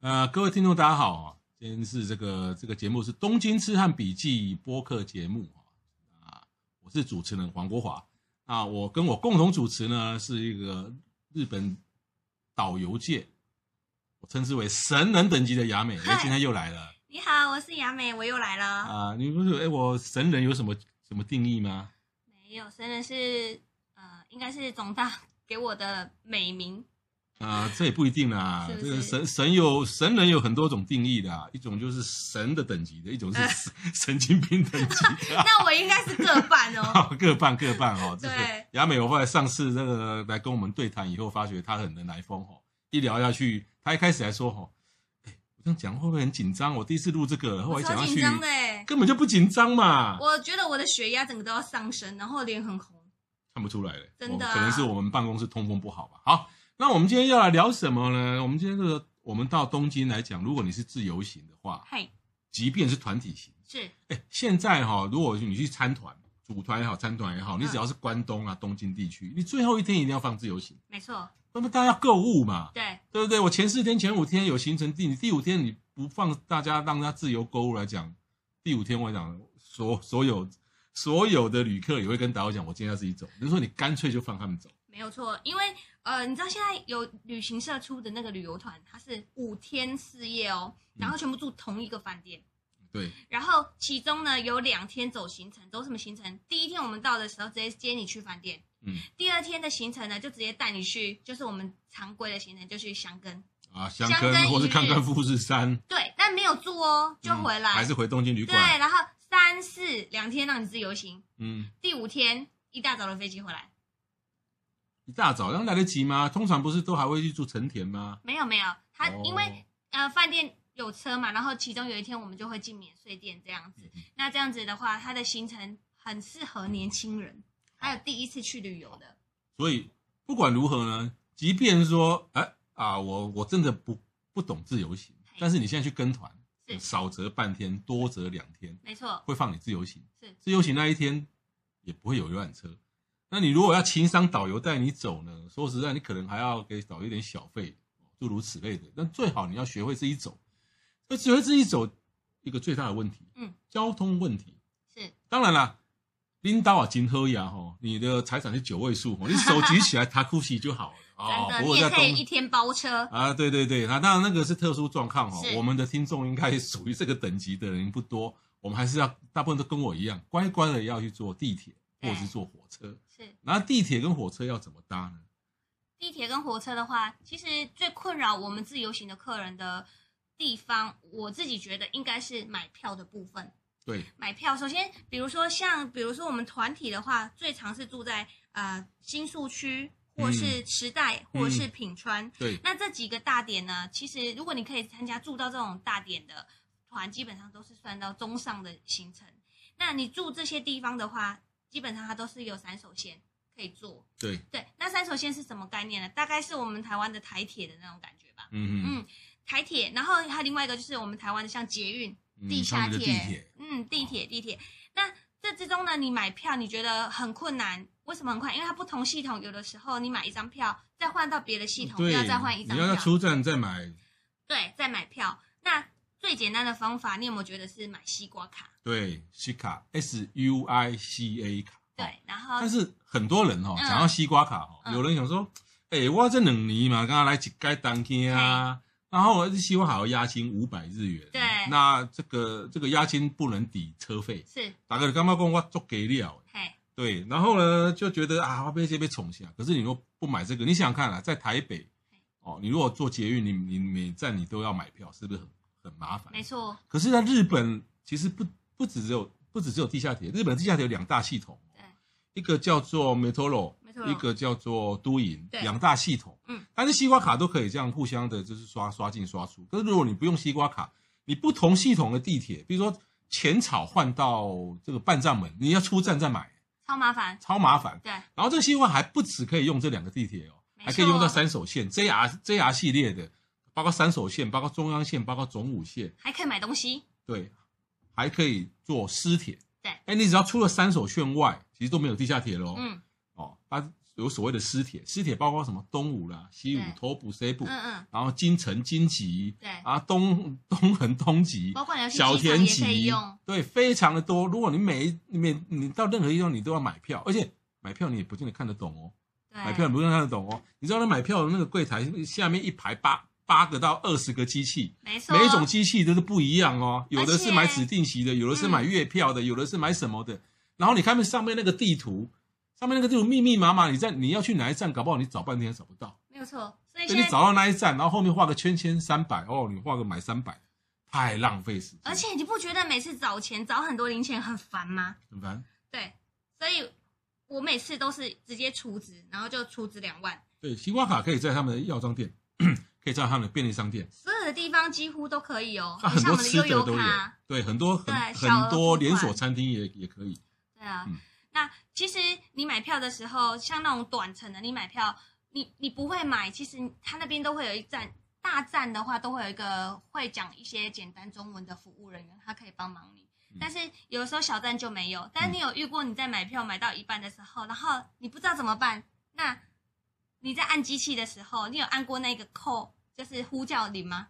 呃，各位听众，大家好啊！今天是这个这个节目是《东京痴汉笔记》播客节目啊，啊我是主持人黄国华啊，我跟我共同主持呢是一个日本导游界，我称之为神人等级的雅美，哎，嗨今天又来了你好，我是雅美，我又来了。啊！你不是哎，我神人有什么什么定义吗？没有，真的是呃，应该是总大给我的 美名。啊，这也不一定啦。是不这个是神神有神人有很多种定义的、啊，一种就是神的等级的，一种是呃神 神经病等级的啊、那我应该是各半哦。好 各半各半 哦。这个对雅美，我后来上次那个来跟我们对谈以后，发觉她很能来风哦。一聊下去，她一开始还说哦，哎，我这样讲会不会很紧张？我第一次录这个，后我来超讲下紧去，张的哎，根本就不紧张嘛，我觉得我的血压整个都要上升，然后脸很红。看不出来嘞，真的啊我可能是我们办公室通风不好吧。好，那我们今天要来聊什么呢？我们今天这个，我们到东京来讲，如果你是自由行的话，嘿，即便是团体行。是哎，现在哈、如果你去参团，组团也好，参团也好，你只要是关东啊、东京地区，你最后一天一定要放自由行，没错，那么大家要购物嘛，对，对不对？我前四天、前五天有行程地，你第五天你不放大家让他自由购物来讲，第五天我讲所所有所有的旅客也会跟导游讲，我今天要自己走，你说你干脆就放他们走，没有错。因为呃，你知道现在有旅行社出的那个旅游团，它是五天四夜哦，然后全部住同一个饭店。对，然后其中呢有两天走行程，走什么行程？第一天我们到的时候直接接你去饭店，嗯第二天的行程呢就直接带你去，就是我们常规的行程就去箱根，啊，香香根根或是一日看看富士山，对，但没有住哦，就回来，嗯还是回东京旅对，馆，然后三四两天让你自由行，嗯。第五天一大早的飞机回来，一大早，那来得及吗？通常不是都还会去住成田吗？没有没有，他哦因为、呃饭店。有车嘛，然后其中有一天我们就会进免税店这样子。那这样子的话，它的行程很适合年轻人，还有第一次去旅游的。所以不管如何呢，即便说，哎啊，我我真的不不懂自由行，但是你现在去跟团，是少则半天，多则两天，没错，会放你自由行。是自由行那一天也不会有游览车。那你如果要情商导游带你走呢，说实在，你可能还要给导游一点小费，诸如此类的。但最好你要学会自己走。那学会自己走，一个最大的问题，嗯，交通问题。是，当然啦，拎刀啊，金喝牙吼，你的财产是九位 数吼，你手举起来塔库西就好了哦真的，不过你也在可以一东天包车，啊，对对对，那当然那个是特殊状况哦。是我们的听众应该属于这个等级的人不多，我们还是要大部分都跟我一样，乖乖的要去坐地铁或对者是坐火车。是那地铁跟火车要怎么搭呢？地铁跟火车的话，其实最困扰我们自由行的客人的地方，我自己觉得应该是买票的部分。对，买票，首先，比如说像，比如说我们团体的话，最常是住在呃新宿区，嗯或是池袋，或是品川。对，那这几个大点呢，其实如果你可以参加住到这种大点的团，基本上都是算到中上的行程。那你住这些地方的话，基本上它都是有三手线可以坐。对，对，那三手线是什么概念呢？大概是我们台湾的台铁的那种感觉吧。嗯嗯，台铁，然后还有另外一个就是我们台湾的像捷运、嗯，地他下们的铁，地铁，嗯，地铁，地铁。那这之中呢，你买票你觉得很困难？为什么很困难？因为它不同系统，有的时候你买一张票，再换到别的系统，又对，要再换一张你要票在，出站再买，对，再买票。那最简单的方法，你有没有觉得是买西瓜卡？对，西卡 S U I C A 卡，哦对，然后但是很多人哦，啊嗯想要西瓜卡哦，嗯有人想说，哎、我这两年嘛，刚刚来几该单天啊，然后这西瓜卡要押金五百日元，对那这个这个押金不能抵车费，是，大概干嘛讲我做给了，嘿，对，然后呢就觉得啊，我被这被宠下，可是你若不买这个，你想想看啊，在台北哦，你如果坐捷运，你你每站你都要买票，是不是很很麻烦？没错，可是，在日本其实不不只只有不只只有地下铁，日本的地下铁有两大系统，对，一个叫做 Metro，没 Turo 一个叫做都营，对两大系统。嗯，但是西瓜卡都可以这样互相的，就是刷刷进刷出。可是如果你不用西瓜卡，你不同系统的地铁，比如说浅草换到这个半站门，你要出站再买，超麻烦。超麻烦。对，然后这个西瓜还不止可以用这两个地铁哦，没错还可以用到三手线 JR JR 系列的，包括三手线，包括中央线，包括总武线，还可以买东西。对，啊还可以做私铁。对哎，你只要出了三手线外，其实都没有地下铁喽。嗯哦，它有所谓的私铁，私铁包括什么东武啦、西武对、头埔、西部，嗯嗯，然后金城、金吉对，啊，东东横、东吉、包括你要去小机场田也可以吉用。，对，非常的多。如果你每一你每你到任何地方，你都要买票，而且买票你也不见得看得懂哦，对，买票你不见得看得懂哦。你知道那买票的那个柜台下面一排八八个到二十个机器，没错，每一种机器都是不一样哦，有的啊而是且嗯买指定席的，有的是买月票的，有的是买什么的。然后你看上面那个地图，上面那个地图密密麻麻，你在你要去哪一站，搞不好你找半天找不到。没有错。所以等现你在，找到那一站，然后后面画个圈圈三百，哦，你画个买三百，太浪费时间。而且你不觉得每次找钱找很多零钱很烦吗？很烦。对，所以我每次都是直接储值，然后就储值两万。对，西瓜卡可以在他们的药妆店， 可以在他们的便利商店，所有的地方几乎都可以哦，它很就像多我们的吃悠的游都有卡，，对，很多很对小额很多付款连锁餐厅也也可以。对啊。嗯那其实你买票的时候，像那种短程的，你买票，你你不会买，其实他那边都会有一站大站的话，都会有一个会讲一些简单中文的服务人员，他可以帮忙你嗯。但是有的时候小站就没有，但是你有遇过你在买票买到一半的时候，然后你不知道怎么办，那你在按机器的时候，你有按过那个扣，就是呼叫铃吗？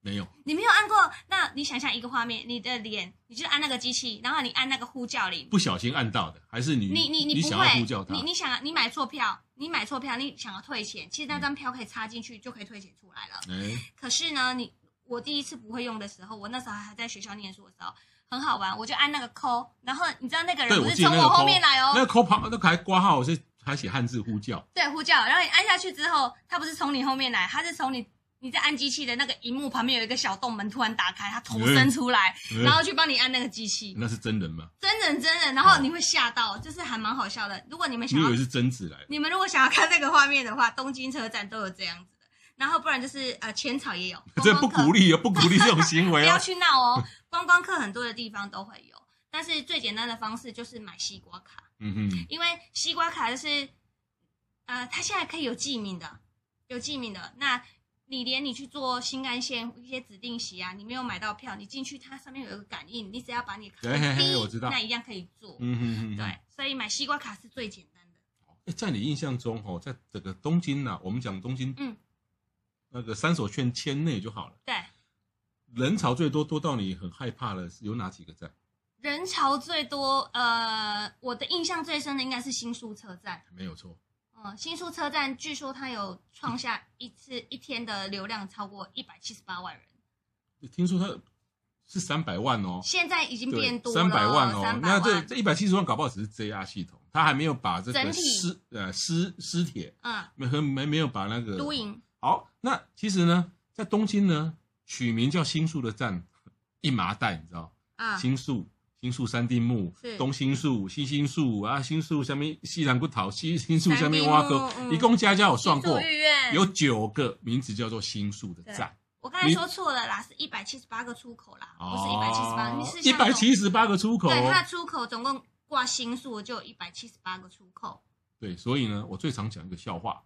没有，你没有按过，那你想象一个画面，你的脸，你就按那个机器，然后你按那个呼叫铃，不小心按到的，还是你你你你不想要呼叫会，他？你你想你买错票，你买错票，你想要退钱，其实嗯那张票可以插进去就可以退钱出来了。哎，可是呢，你我第一次不会用的时候，我那时候还在学校念书的时候，很好玩，我就按那个扣，然后你知道那个对人不我是记得从那个我后扣面来那哦，个口旁那个还挂号是还写汉字呼叫，对，呼叫，然后你按下去之后，他不是从你后面来，他是从你。你在按机器的那个荧幕旁边有一个小洞门，突然打开，他哎头伸出来，嗯然后去帮你按那个机器。那是真人吗？真人真人，然后你会吓到，就是还蛮好笑的。如果你们哦你想以要为，是贞子来的？，你们如果想要看那个画面的话，东京车站都有这样子的，然后不然就是呃浅草也有 这不观光鼓客励啊，不鼓励这种行 不为要啊！去闹哦。观光客很多的地方都会有，但是最简单的方式就是买西瓜卡，嗯哼，因为西瓜卡就是呃它现在可以有记名的，有记名的。那你连你去坐新干线一些指定席啊，你没有买到票，你进去它上面有一个感应，你只要把你卡嘿嘿嘿逼我知道那一样可以坐。嗯哼哼，对，所以买西瓜卡是最简单的。哎，在你印象中，哦，在整个东京呐、我们讲东京，嗯，那个三手圈圈内就好了，对，人潮最多多到你很害怕的是有哪几个站？人潮最多，呃，我的印象最深的应该是新宿车站。没有错，嗯，新宿车站据说它有创下一次一天的流量超过一百七十八万人，听说它是三百万哦，现在已经变多了，三百万哦， 300那这万这一百七十万搞不好只是 JR 系统，它还没有把这个整体私呃私私铁嗯，没和没没有把那个都营好，那其实呢，在东京呢，取名叫新宿的站一麻袋，你知道？啊，新宿、新宿三丁目是、东新宿、西新宿啊，新宿下面西兰骨头、西新宿下面三丁目挖沟，嗯一共加加我算新宿过，御苑有九个名字叫做新宿的站。我刚才说错了啦，是一百七十八个出口啦，不是一百七十八，你是哦一像那百种七十八个出口。对，它的出口总共挂新宿就有一百七十八个出口，对，所以呢，我最常讲一个笑话。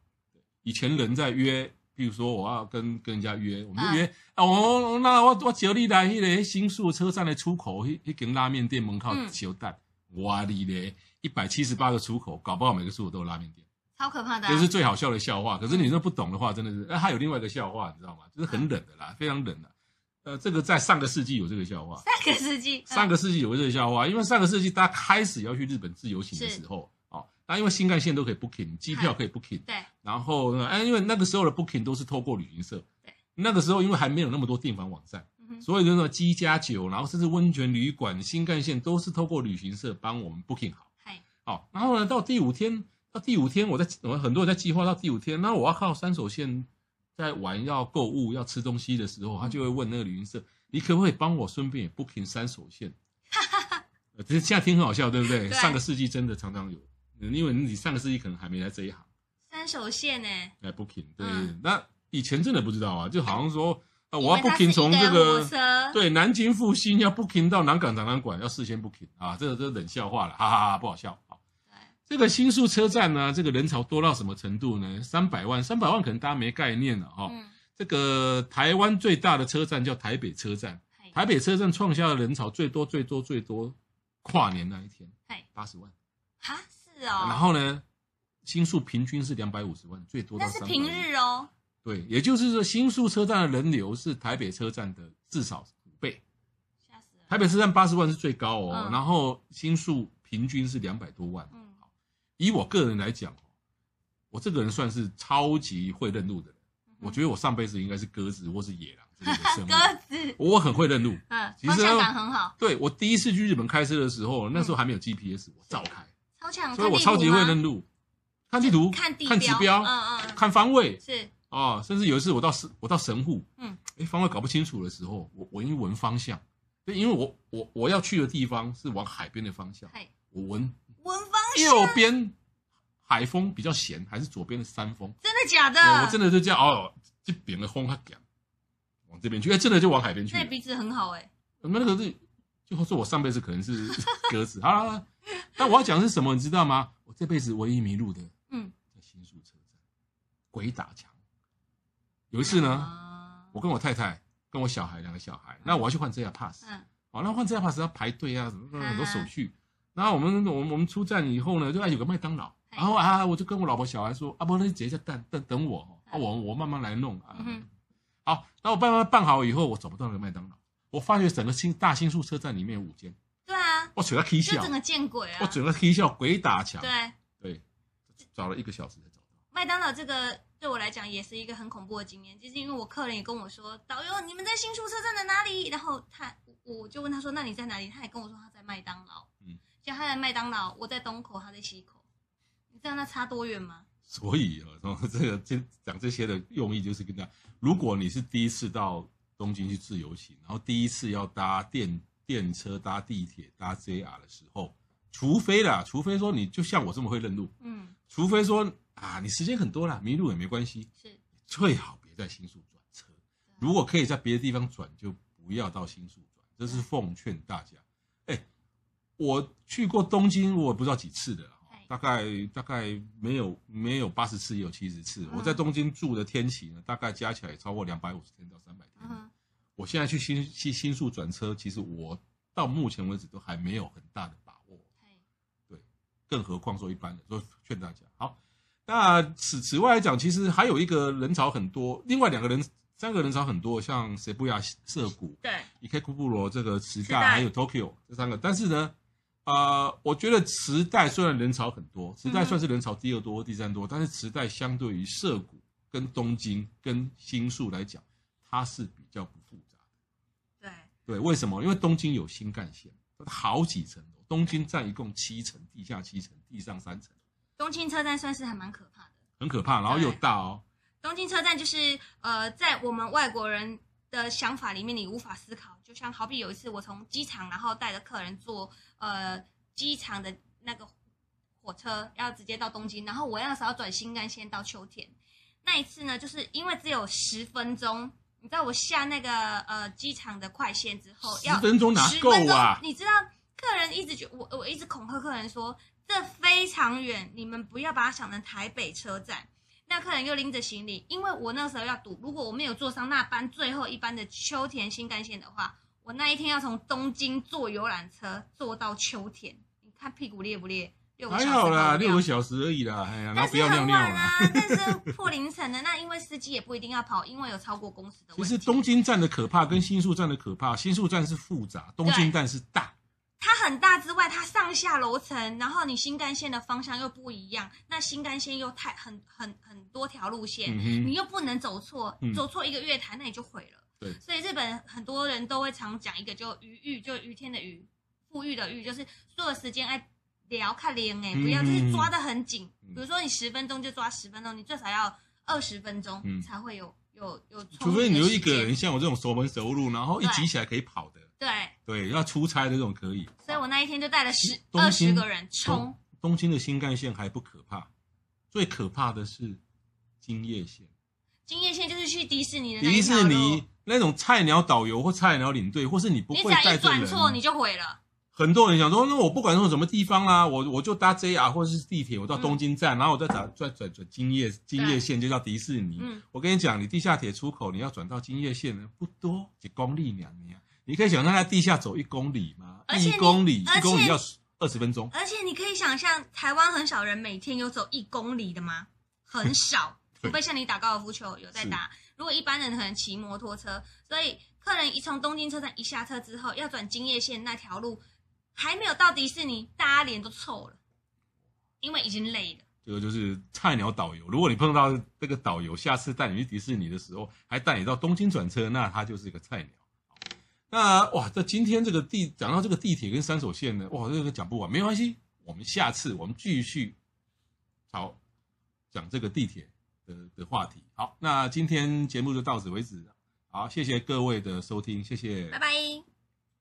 以前人在约，比如说我要跟跟人家约，我们就约啊，我、我那我我叫你来迄个新宿车站的出口，迄迄间拉面店门口嗯求蛋。哇你嘞，一百七十八个出口，搞不好每个出口都有拉面店，超可怕的、啊。这是最好笑的笑话。可是你这不懂的话，真的是。那、还有另外一个笑话，你知道吗？就是嗯很冷的啦，非常冷的。呃，这个在上个世纪有这个笑话，上个世纪，嗯上个世纪有这个笑话，因为上个世纪大家开始要去日本自由行的时候，哦，那因为新干线都可以 booking，机票可以 booking，对然后呢，哎，因为那个时候的 booking 都是透过旅行社对，那个时候因为还没有那么多订房网站，嗯哼所以就说机加酒，然后甚至温泉旅馆、新干线都是透过旅行社帮我们 booking 好。嗨，哦，然后呢，到第五天，到第五天，我在我很多人在计划到第五天，那我要靠三手线在玩要购物要吃东西的时候，他就会问那个旅行社，你可不可以帮我顺便也 booking 三手线？呃，这现在听很好笑，对不对？对上个世纪真的常常有那嗯因为你上个世纪可能还没在这一行三手线呢、来 booking，对，嗯那以前真的不知道啊，就好像说，啊，因我要为它是 booking 一从这火个车，对南京复兴要 booking 到南港展览馆，要事先 booking 啊，这个这个冷笑话了，哈哈哈不好笑啊。这个新宿车站呢，这个人潮多到什么程度呢？三百万，三百万可能大家没概念了哦。嗯，这个台湾最大的车站叫台北车站，嘿台北车站创下的人潮最多最多最多，跨年那一天嘿，八十万。哈是然哦，后呢，新宿平均是两百五十万，最多到那三是百。平日哦，对，也就是说，新宿车站的人流是台北车站的至少五倍。吓死了，台北车站八十万是最高哦，嗯然后新宿平均是两百多万。嗯，以我个人来讲，哦我这个人算是超级会认路的人。我觉得我上辈子应该是鸽子或是野狼之 类的生嗯鸽物，子，我很会认路。嗯，其实方向感很好，对我第一次去日本开车的时候，那时候还没有 GPS，我照开，超强，所以看我地超图级会吗认路，看地图、嗯看地看指标、嗯嗯，看方位是，啊、甚至有一次我到神我到神户，嗯，哎，方位搞不清楚的时候，我我因为闻方向，对，因为我我我要去的地方是往海边的方向，嘿，我闻文芳右边海风比较咸，还是左边的山风？真的假的？我真的就这样哦，这扁的风它讲往这边去，哎，真的就往海边去那了你。鼻子很好哎，我们那个是，就说我上辈子可能是 鸽子好啦，但我要讲的是什么，你知道吗？我这辈子唯一迷路的，嗯，在新宿车站，鬼打墙。有一次呢，啊我跟我太太跟我小孩两个小孩，那我要去换这家 pass，嗯哦，那换这家 pass 要排队啊，什么很多啊手续。然后我们我们我们出站以后呢，就啊有个麦当劳，嘿然后啊我就跟我老婆小孩说，啊不，那你姐姐等等等我哦，啊我我慢慢来弄啊嗯。哼好，那我办完办好以后，我找不到那个麦当劳，我发觉整个新大新宿车站里面有五间，对啊，我整个 K 就笑整，个见鬼啊！我整个 K 笑鬼打墙，对，对，找了一个小时才找到。麦当劳这个对我来讲也是一个很恐怖的经验，就是因为我客人也跟我说，导游你们在新宿车站的哪里？然后他我我就问他说，那你在哪里？他也跟我说他在麦当劳，嗯嗯，就他在麦当劳，我在东口，他在西口，你知道那差多远吗？所以啊，然后这个这讲这些的用意就是跟大家，如果你是第一次到东京去自由行，然后第一次要搭电电车、搭地铁、搭 JR 的时候，除非啦，除非说你就像我这么会认路，嗯，除非说啊你时间很多啦，迷路也没关系，是最好别在新宿转车。如果可以在别的地方转，就不要到新宿转，这是奉劝大家。哎，我去过东京，我不知道几次的了哈哎，大概大概没有没有八十次，也有七十次。嗯我在东京住的天期呢，大概加起来也超过两百五十天到三百天嗯了。哼，我现在去新去新宿转车，其实我到目前为止都还没有很大的把握。嘿更何况说一般人，所以 劝大家好。那此此外来讲，其实还有一个人潮很多，另外两个人、三个人潮很多，像塞布亚涩谷、对，伊开库布罗这个池池袋，袋还有 Tokyo 这三个。但是呢，呃，我觉得池袋虽然人潮很多，池袋嗯算是人潮第二多、第三多，但是池袋相对于涩谷、跟东京、跟新宿来讲，它是比较不复杂的。对，对，为什么？因为东京有新干线，好几层楼，东京站一共七层，地下七层，地上三层，东京车站算是还蛮可怕的。很可怕，然后又大哦。东京车站就是呃，在我们外国人的想法里面，你无法思考。就像好比有一次我从机场，然后带着客人坐呃机场的那个火车，要直接到东京，然后我那时候要转新干线到秋田。那一次呢，就是因为只有十分钟，你知道我下那个呃机场的快线之后，十哦要分钟哪十够分钟啊？你知道客人一直觉我我一直恐吓客人说这非常远，你们不要把它想成台北车站。那客人又拎着行李，因为我那时候要赌，如果我没有坐上那班最后一班的秋田新干线的话，我那一天要从东京坐游览车坐到秋田，你看屁股裂不裂？六个小还时好啦，跑不了六个小时而已啦，哎呀，然但后不是要尿很尿晚啦。啊，但是破凌晨的，那因为司机也不一定要跑，因为有超过工时的其问实题。东京站的可怕跟新宿站的可怕，新宿站是复杂，东京站是大。它很大之外，它上下楼层，然后你新干线的方向又不一样，那新干线又太很很很多条路线，嗯你哼，又不能走错嗯，走错一个月台那你就毁了。对所以日本很多人都会常讲一个就余裕，就余天的余，富裕的裕，就是所有时间哎聊看连哎，嗯不要就是抓得很紧。嗯比如说你十分钟就抓十分钟，你最少要二十分嗯钟才会有有有除充足的时间。非你就一个人，像我这种熟门熟路，然后一集起来可以跑的，对，对，要出差的这种可以。所以我那一天就带了十东二京十个人冲。东京的新干线还不可怕，最可怕的是京叶线。经验线就是去迪士尼的那一迪条士路尼，那种菜鸟导游或菜鸟领队，或是你不你会只要带一队转错人你，就毁了。很多人想说，那我不管从什么地方啦，我我就搭 JR 或者是地铁，我到东京站，然后我再转转转转京叶京叶线，就到迪士尼。嗯我跟你讲，你地下铁出口你要转到京叶线呢，不多，几公里两年，你可以想象在地下走一公里吗而？一且你公里，而且一公里要二十分钟。而且你可以想象，台湾很少人每天有走一公里的吗？很少， 对除非像你打高尔夫球有在打。如果一般人可能骑摩托车，所以客人一从东京车站一下车之后，要转京叶线那条路，还没有到迪士尼，大家脸都臭了，因为已经累了。这个就是菜鸟导游。如果你碰到这个导游，下次带你去迪士尼的时候，还带你到东京转车，那他就是一个菜鸟。那哇，这今天这个地讲到这个地铁跟三手线呢，哇，这个讲不完，没关系，我们下次我们继续好讲这个地铁的的话题。好，那今天节目就到此为止。好，谢谢各位的收听，谢谢，拜拜。